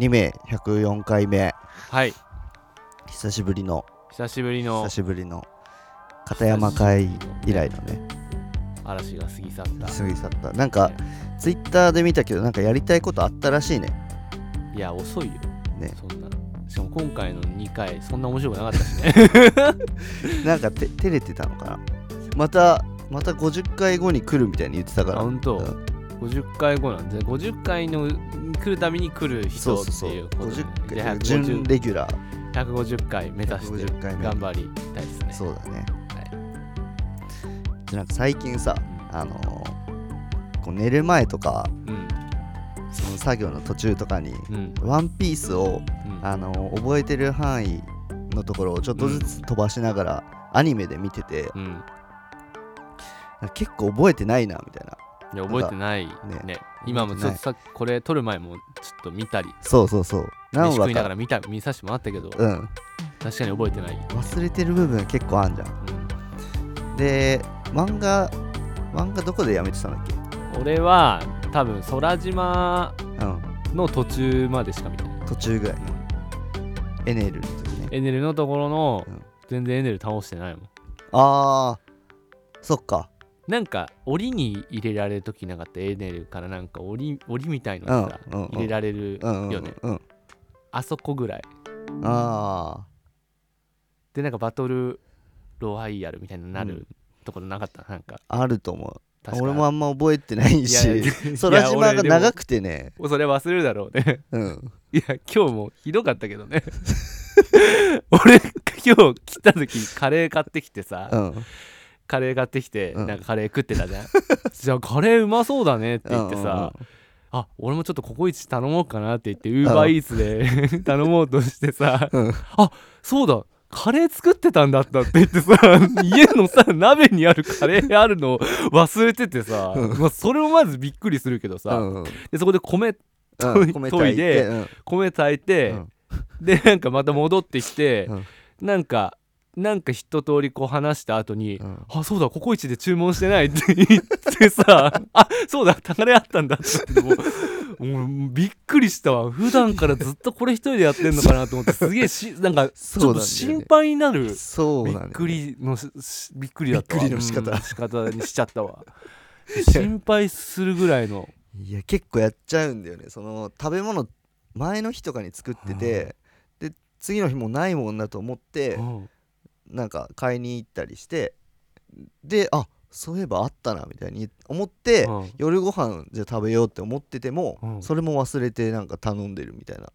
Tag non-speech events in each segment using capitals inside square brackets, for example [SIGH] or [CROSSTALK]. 2名104回目はい久しぶりの久しぶりの久しぶりの片山会以来のね嵐が過ぎ去った過ぎ去ったなんかツイッターで見たけどなんかやりたいことあったらしいねいや遅いよねそんなしかも今回の2回そんな面白くなかったしねなんかて照れてたのかなまたまた50回後に来るみたいに言ってたかあら本当うん50回後なんで50回の来るために来るそう人っそうてそういうことで50じゃあ回準レギュラー150回目指して150回目頑張りたいですねそうだね、はいでなんか最近さあのーこう寝る前とかうんその作業の途中とかにうんうんワンピースをうんあの覚えてる範囲のところをちょっとずつ飛ばしながら、アニメで見ててうん結構覚えてないなみたいないや覚えてないねね今もちょっとさこれ撮る前もちょっと見たりそうそうそう飯何食話いながらか見た見させてもらったけどうん確かに覚えてない、忘れてる部分結構あんじゃんうんで漫画漫画どこでやめてたんだっけ俺は多分空島うんの途中までしか見てない途中ぐらいのエネルの時ねエネルのところの、うん全然エネル倒してないもんあーそっかなんか檻に入れられる時なかったエネルからなんか檻檻みたいのにさ、うんうんうん入れられるうんうんうんよねうんあそこぐらいあでなんかバトルロワイヤルみたいになる、ところなかったなんかああると思う確か俺もあんま覚えてないし [LAUGHS] いやいや空島が長くくてねそれ忘れるだろうね [LAUGHS] うんいや今日もひどかったけどね [LAUGHS] 俺今日来た時にカレー買ってきてさ、うんカレー買ってきて、うんなんかカレー食ってたじ [LAUGHS] ゃんじゃあカレーうまそうだねって言ってさ、あ俺もちょっとココイチ頼もうかなって言ってウーバーイーツで頼もうとしてさ、うんあそうだカレー作ってたんだったって言ってさ家のさ鍋にあるカレーあるのを忘れててさ、うんまあ、それもまずびっくりするけどさ、うんうんでそこで米うんと炊いていといでうん米炊いて、うんでなんかまた戻ってきて、うんなんかなんか一通りこう話した後に、うんあそうだココイチで注文してないって言っ [LAUGHS] てさあそうだ高値あったんだってもうもうびっくりしたわ普段からずっとこれ一人でやってんのかなと思ってすげえしなんかそちうなんだょっよねと心配になる、そうびっなんだよくりのししびっくりだったわびっくりの仕方うん仕方にしちゃった [LAUGHS] わ心配するぐらいのいや結構やっちゃうんだよねその食べ物前の日とかに作っててで次の日もうないもんだと思ってうんなんか買いに行ったりしてであそういえばあったなみたいに思ってうん夜ご飯じゃあ食べようって思っててもうんそれも忘れてなんか頼んでるみたいな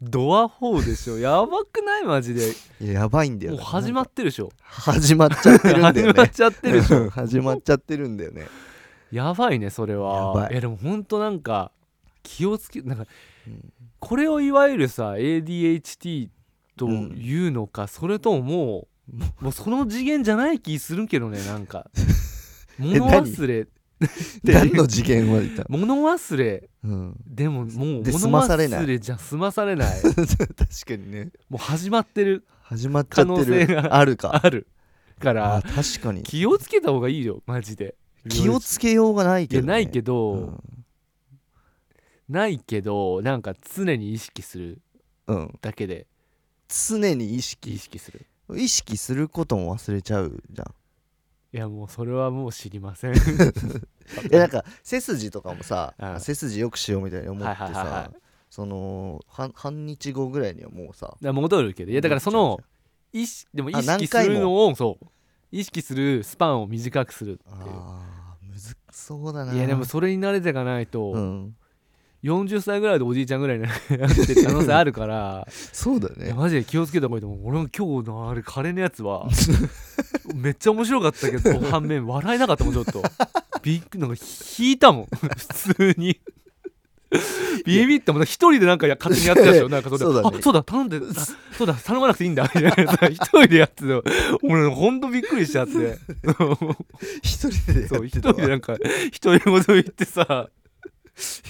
ドアホーでしょやばくないマジでいややばいんだよもうね始まってるでしょ始まっちゃってるんだ [LAUGHS] 始よまっねちゃってるでしょ始まっちゃってるんだ [LAUGHS] よねやばいねそれはやばいやでもほんとなんか気をつけなんか、うんこれをいわゆるさ ADHD というのか、それとももうもうその次元じゃない気するけどねな [LAUGHS] んか何物忘れて何の事件までいた物忘れうんでももうで物済まされない忘れじゃ済まされな [LAUGHS] い確かにねもう始まってる始まっちゃって可能性るがあるかあるかあら確かに気をつけた方がいいよマジで気をつつけようがないけけど、ね、ないけど、うんないけどなんか常に意識するうんだけで常に意識意識する意識することも忘れちゃうじゃんいやもうそれはもう知りま [LAUGHS] せんえなんか背筋とかもさ、うん背筋よくしようみたいに思ってさ、はいはいはいはいその半半日後ぐらいにはもうさだから戻るけどいやだからその意識でも意あ何識す回もるのをそう意識するスパンを短くするっていうあーむずそうだないやでもそれに慣れていかないと、うん、 40歳ぐらいでおじいちゃんぐ [LAUGHS] らいになってる可能性あるからそうだいやねマジで気をつけた方がいいと思う俺も今日のあれカレーのやつ [LAUGHS] はめっちゃ面白かったけど反面笑えなかったもんちょっとびっくなんか引いたもん普通にビビったもん一人でなんかや勝手にやってたでしょなんかそれそうだねあそうだ頼んであそうだ頼まなくていいんだみたいなさ一人でやってた俺ほんとびっくりしちゃって [LAUGHS] 一人でやそうっ一てた人わでなんか独り言言ってさい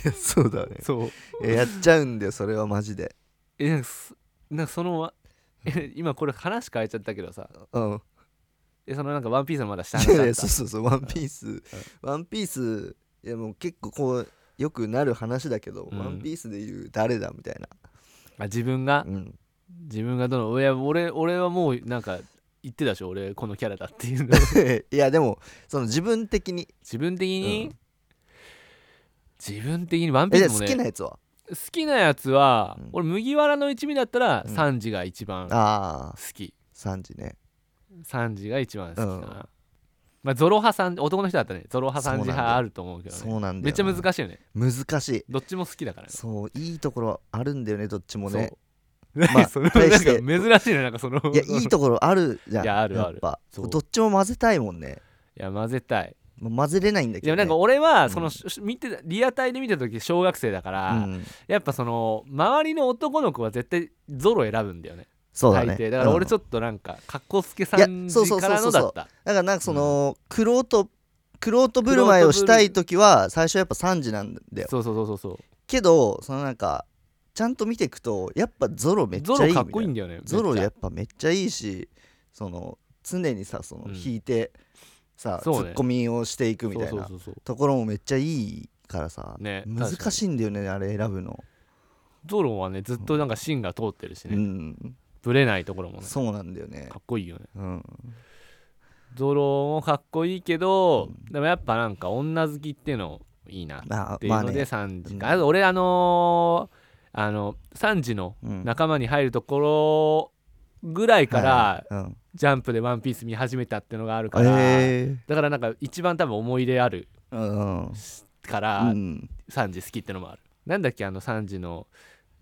や [LAUGHS] そうだねそういややっちゃうんだよそれはマジでえなんかすなんかそのえ今これ話変えちゃったけどさうんえそのなんか [LAUGHS] ワンピースのまだ下い話やいあっやたそうそうそうワンピースワンピースいやもう結構こうよくなる話だけど「うんワンピースで言う誰だみたいな、あ自分がうん、 [LAUGHS] 自分がどのいや俺俺はもうなんか言ってたでしょ俺このキャラだっ [LAUGHS] ていうのいやでもその自分的に自分的に、うん自分的にワンピえじーゃあスも好ねきなやつは、好きなやつは、うん俺麦わらの一味だったら、うんサンジが一番好ああき3時ねサンジが一番好きかな、うんまあゾロ派さん男の人だったらねゾロ派サンジそうなんだ派よあると思うけどねそうなんだめっよちゃな難しいよね難しいどっちも好きだからねそういいところあるんだよねどっちもねそうまあそれは対 [LAUGHS] なんかして珍 [LAUGHS] しいねなんかそのいやいいところあるじゃんいやあるあるやっぱそうどっちも混ぜたいもんねいや混ぜたいもう混ぜれないんだけでど、もね、なんか俺はんその、し見てたリアタイで見てた時小学生だから、うん、やっぱその周りの男の子は絶対ゾロ選ぶんだよねそうだね大抵だから俺ちょっとょっとなんかかっこつけさいやんそうそうそうそうそうからのだっただからなんかその、くろうとくろうと振る舞いをしたい時は最初やっぱ3時なんだよそうそうそうそうそうけどそのなんかちゃんと見ていくとやっぱゾロめっちゃいゾいみたいロなかっこいいんだよねゾロめっちゃやっぱめっちゃいいしその常にさそのうん引いてさ、そうツねッコミをしていくみたいそうなそうそうそうところもめっちゃいいからさ、ね難しいんだよねあれ選ぶの、ゾロはねずっとなんか芯が通ってるしね、うんぶれないところもねそうなんだよねかっこいいよねうんゾロもかっこいいけど、うんでもやっぱなんか女好きっていうのいいなっまあていうまあのでね、 3時か、うんあと俺あのーあの3時のうん仲間に入るところぐらいから、はいはいうん、ジャンプで「ワンピース見始めたっていうのがあるから、えだからなんか一番多分思い入れあるー、うんから、うん、 3時好きってのもあるなんだっけあの3時の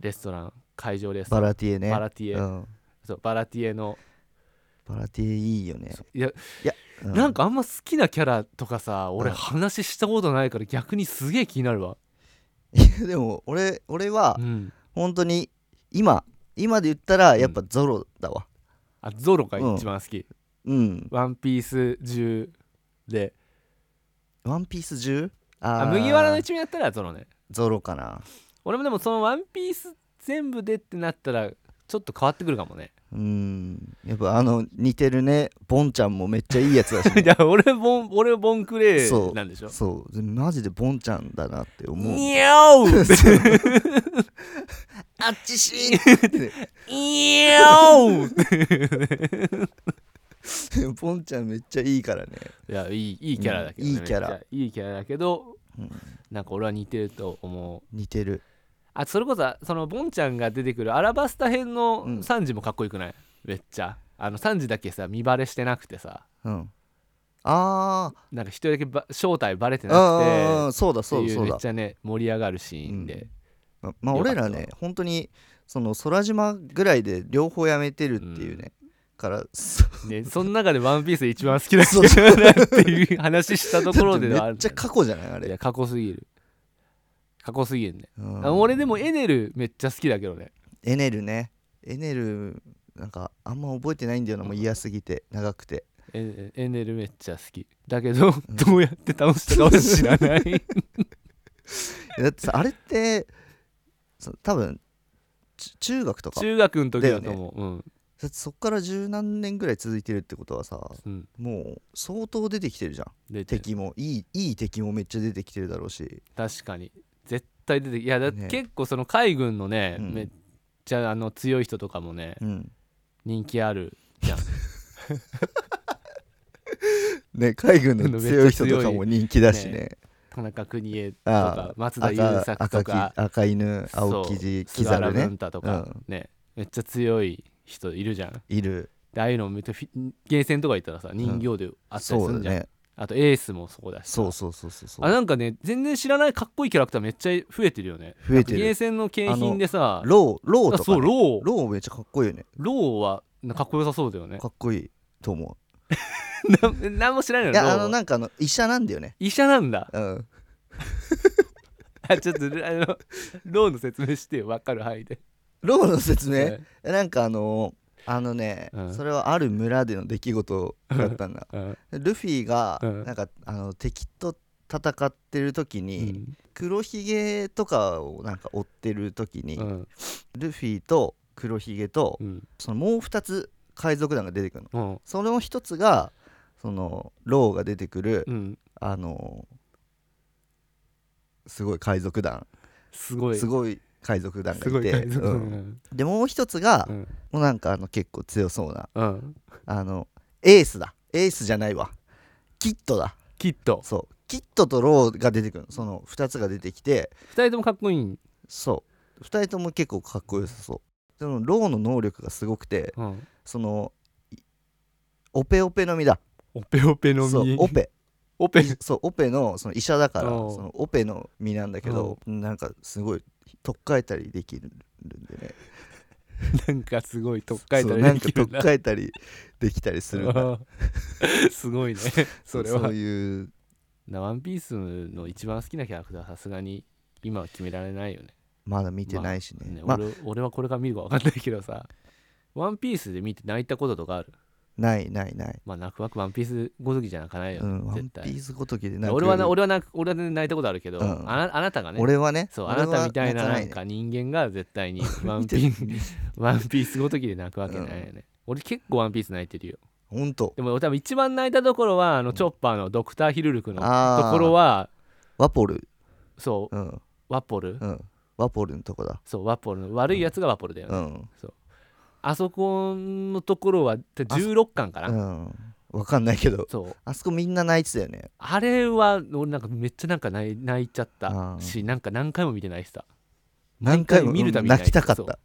レストラン会場レストバランラティエねバラティエうん、そうバラティエのバラティエいいよね、いやうなんかあんま好きなキャラとかさ俺うん話したことないから逆にすげえ気になるわ、 [LAUGHS] でも俺俺はうん、本当に今今で言ったらうんやっぱゾロだわあゾロが一番好き、うん、ワンピース中でワンピース中ああー麦わらの一味だったらゾロねゾロかな俺もでもそのワンピース全部でってなったらちょっと変わってくるかもねうんやっぱあの似てるねボンちゃんもめっちゃいいやつだ [LAUGHS] し、ね、 [LAUGHS] いや俺ボン俺ボンクレそーうなんでしょそうでマジでボンちゃんだなって思うにゃおう [LAUGHS] あっちしいにゃおう [LAUGHS] ボンちゃんめっちゃいいからねいやいいいいキャラだけど、うねんいいキャラめっちゃいいキャラだけど、うんなんか俺は似てると思う似てるあそれこそそのボンちゃんが出てくるアラバスタ編うのんサンジもかっこよくない、めっちゃあのサンジだけさ見バレしてなくてさうんあーなんか一人だけば正体バレてあーなあーくてそうだってそうだいそううめっだちゃね盛り上がるシーンで、ままあよかっ俺たらね本当にその空島ぐらいで両方やめてるっていうね、からそね、その中で「ワンピースで一番好きな人そうだなっていう話したところでめはあるっんちだゃよ過去じゃないあいれ、や過去すぎる過去すぎるね、うんあ俺でもエネルめっちゃ好きだけどねエネルねエネルなんかあんま覚えてないんだよなもう嫌すぎて長くてエエネルめっちゃ好きだけど、どうやって倒したかは知ら [LAUGHS] ないえだってさあれってそ多分ち中学とか中学の時だと思う、だってそっから十何年ぐらい続いてるってことはさうん、うん、もう相当出てきてるじゃん出てる敵もいいいい敵もめっちゃ出てきてるだろうし確かに絶対出ていやだ、ね結構その海軍のね、うんめっちゃあの強い人とかもねうん人気あるじゃんね海軍の強い人とかも人気だしめね田中邦衛とあか松田優作とか赤赤赤犬そう青木地キ菅ザ原ル文ね太とか、ねめっちゃ強い人いるじゃんいるでああいうのを見てフィゲーセンとか行ったらさ人形であったりそするうじゃだん、ねあとエースもそうだしさそうそうそうそうそあうなんかね全然知らないかっこいいキャラクターめっちゃ増えてるよね増えてゲーるセンの景品でさローローあとかそうねローローめっちゃかっこいいよねローはなかっこよさそうだよねかっこいいと思な何も知らなういいのローやあはのなんかあの医者なんだよね医者なんだ [LAUGHS] うんあちょっとあのローの説明してよ分かる範囲でローの説明なんかあのあのねうんそれはある村での出来事だったんだうんルフィがうんなんかあの敵と戦ってる時うにん黒ひげとかをなんか追ってる時にうんルフィと黒ひげとうんそのもう2つ海賊団が出てくるのうんその1つがそのローが出てくる、うんあのすごい海賊団すごいすすごい海賊団がごいいて海賊うんうんでもう一つがうもんうなんかあの結構強そうなうんあのエースだエースじゃないわキッドだきっとそうキッドとローが出てくるのその2つが出てきて二人ともかっこいいんそう2人とも結構かっこよさそうそのローの能力がすごくてうんそのいオペオペの実だオペオペのそう実オペオペそうオペのその医者だからおうそのオペの実なんだけどなんかすごい取っかえたりできるんでねなんかすごいとっかえたそうりなんでかき取るっなかえたりできたりするんだすごいね [LAUGHS] それそはういうなワンピースの一番好きなキャラクターはさすがに今は決められないよねまだ見てないしね,、ねまあ、俺俺はこれから見るか分かんないけどさワンピースで見て泣いたこととかあるないないない、まあ泣くわくワンピースごときじゃ泣かないようね、ん、ワ絶ン対ピースごときでいなんやか俺はな俺はな俺は泣いたことあるけど、うんあなあなたがね俺はねそうあ俺なはたみたいなな泣んかか人間が絶 [LAUGHS] 対にワン見ピてースワンピースごときで泣くわけないよね、俺結構ワンピース泣いてるよほんとでも多分一番泣いたところはあのチョッパーのドクターヒルルクのとあーころはワポルそううんワッポル、うんワポルのとこだそうワッポルの悪いやつがワッポルだよね、うんあそこのところはて16巻かな、うんわかんないけどそうあそこみんな泣いてたよねあれは俺なんかめっちゃなんか泣い泣いちゃっあたーしなんか何回も見てないしさ [LAUGHS] 何回も見るたびに泣きたかっそうた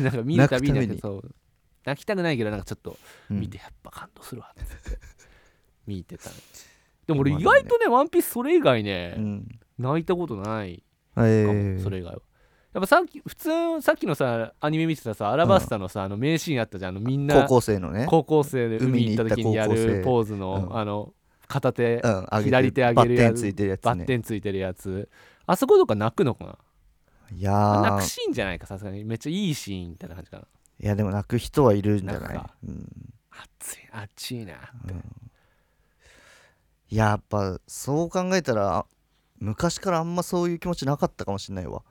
なんか見るたびになんか泣くそう泣きたくないけどなんかちょっとうん見てやっぱ感動するわっつって見てたねでも俺まあ意でもね外とね「ワンピースそれ以外ね、うん泣いたことないかも、ええそれ以外はやっぱさっき普通さっきのさアニメ見てたさアラバスタのさ、あの名シーンあったじゃんあのみんな高校生のね高校生で海に行った時にや海に行った高校生るポーズの、うんあの片手うん上げて左手上げるやつバッテンついてるやつバッねテンついてるやつ、あそことか泣くのかないや泣ーくシーンじゃないかさすがにめっちゃいいシーンみたいな感じかないやでも泣く人はいるんじゃな泣いくかうん熱い熱いなって、いややっぱそう考えたら昔からあんまそういう気持ちなかったかもしれないわ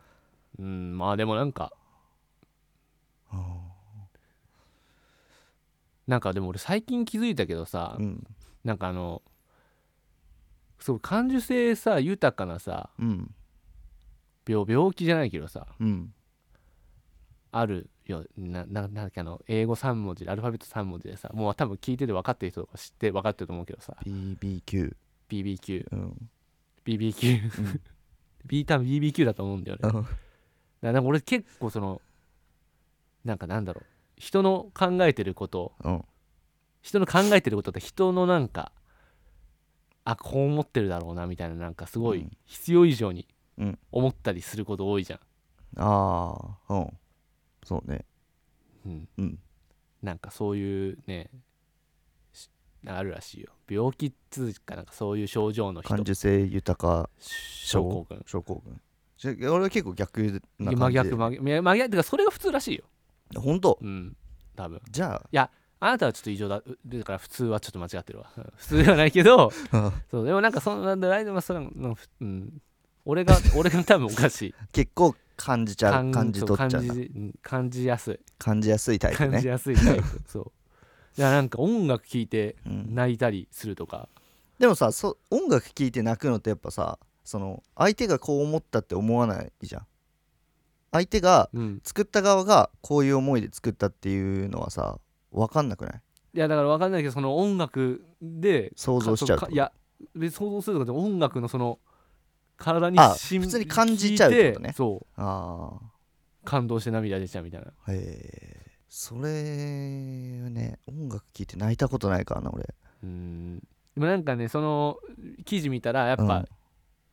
うん、まあでもなんかなんかでも俺最近気づいたけどさ、うんなんかあのそう感受性さ豊かなさうん病病気じゃないけどさうんあるよなななんだっけあの英語3文字でアルファベット3文字でさもう多分聞いてて分かってる人とか知って分かってると思うけどさ BBQ BBQBBQ うん [LAUGHS] B ターン BBQ だと思うんだよねう [LAUGHS] だんからなんか俺結構そのなんかなんだろう人の考えてることうん人の考えてることって人のなんかあこう思ってるだろうなみたいななんかすごういん必要以上にうん思ったりすること多いじゃん、ああうんそうねうんうんなんかそういうねしあるらしいよ病気っつうかなんかそういう症状の人感受性豊か症候群症候群じゃ俺は結構逆な感じ真逆真逆いや真逆てかそれが普通らしいよ本当うん多分じゃあなたはちょっと異常だうだから普通はちょっと間違ってるわうん普通ではないけどあそうでもなんかそんなライドマスの、うん、俺が俺が多分おか [LAUGHS] しい結構感じちゃう感じ取っちゃう感なじうん感じやすい感じやすいタイプ感じねやすいタ [LAUGHS] イプそういやなんか音楽聴いてうん泣いたりするとか、でもさそ音楽聴いて泣くのってやっぱさその相手がこう思ったって思わないじゃん相手がうん、作った側がこういう思いで作ったっていうのはさ分かんなくないいやだから分かんないけどその音楽で想像しちゃうかとかいや別に想像するとかで音楽のその体にあしん普通に感じちゃうってことね聞いそあう感動して涙出ちゃうみたいなーへえそれね音楽聴いて泣いたことないからな俺うんでもなんかねその記事見たらやっうぱん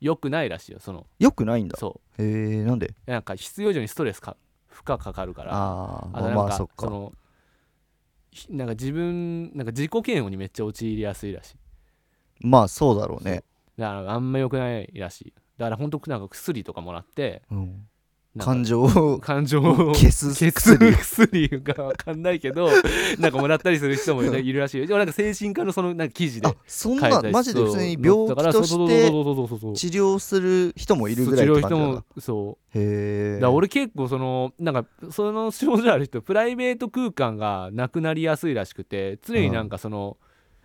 良くないらしいよそのよくないんだそへえなんでうなんか必要以上にストレスか負荷かかるからあーあとまあなまんあかそっそかのひなんか自分なんか自己嫌悪にめっちゃ陥りやすいらしいまあそうだろうねだからあんま良くないらしいだから本当なんか薬とかもらってうんなんか感情を感情 [LAUGHS] を消す消す薬薬が分かんないけどなんかもらったりする人もいるらしいよでもなんか精神科のそのなんか記事であそん書いなたりマジで普通にそう病だから気とそしうそうてそうそうそうそう治療する人もいるぐらいそっうて治感療人じなんもだそへうだえから俺結構そのなんかその症状ある人プライベート空間がなくなりやすいらしくて常になんかその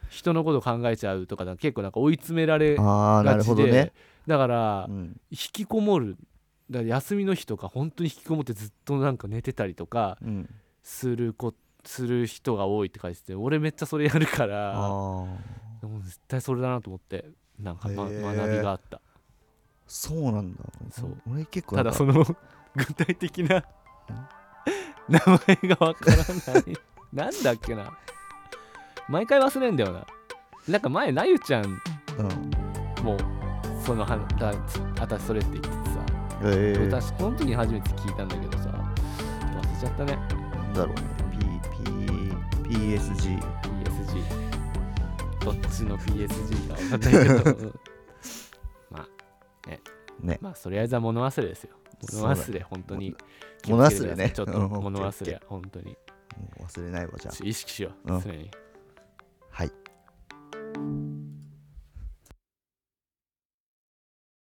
人のこと考えちゃうとかなんか結構なんか追い詰められああながるほちどでねだからうん引きこもるだから休みの日とか本当に引きこもってずっとなんか寝てたりとかうん、するこする人が多いって書いてて俺めっちゃそれやるからああもう絶対それだなと思ってなんか、まへー学びがあったそうなんだそう俺結構なたんかだそ [LAUGHS] の具体的な名前がわから [LAUGHS] ないなんだっけな毎回忘れんだよななんか前なゆちゃんうんもそのはだ私それって言っててさ、えー、私この時に初めて聞いたんだけどさ忘れちゃったねなんだろうね P P PSG PSG どっちの PSG か分かんない [LAUGHS] けどうんまあねねまあとりあえずは物忘れですよそうだ物ね忘れ本当に物忘れね気をつけてくださいちょっうとん物忘オッケーれ本当にもう忘れないわじゃあ意識しよううん常に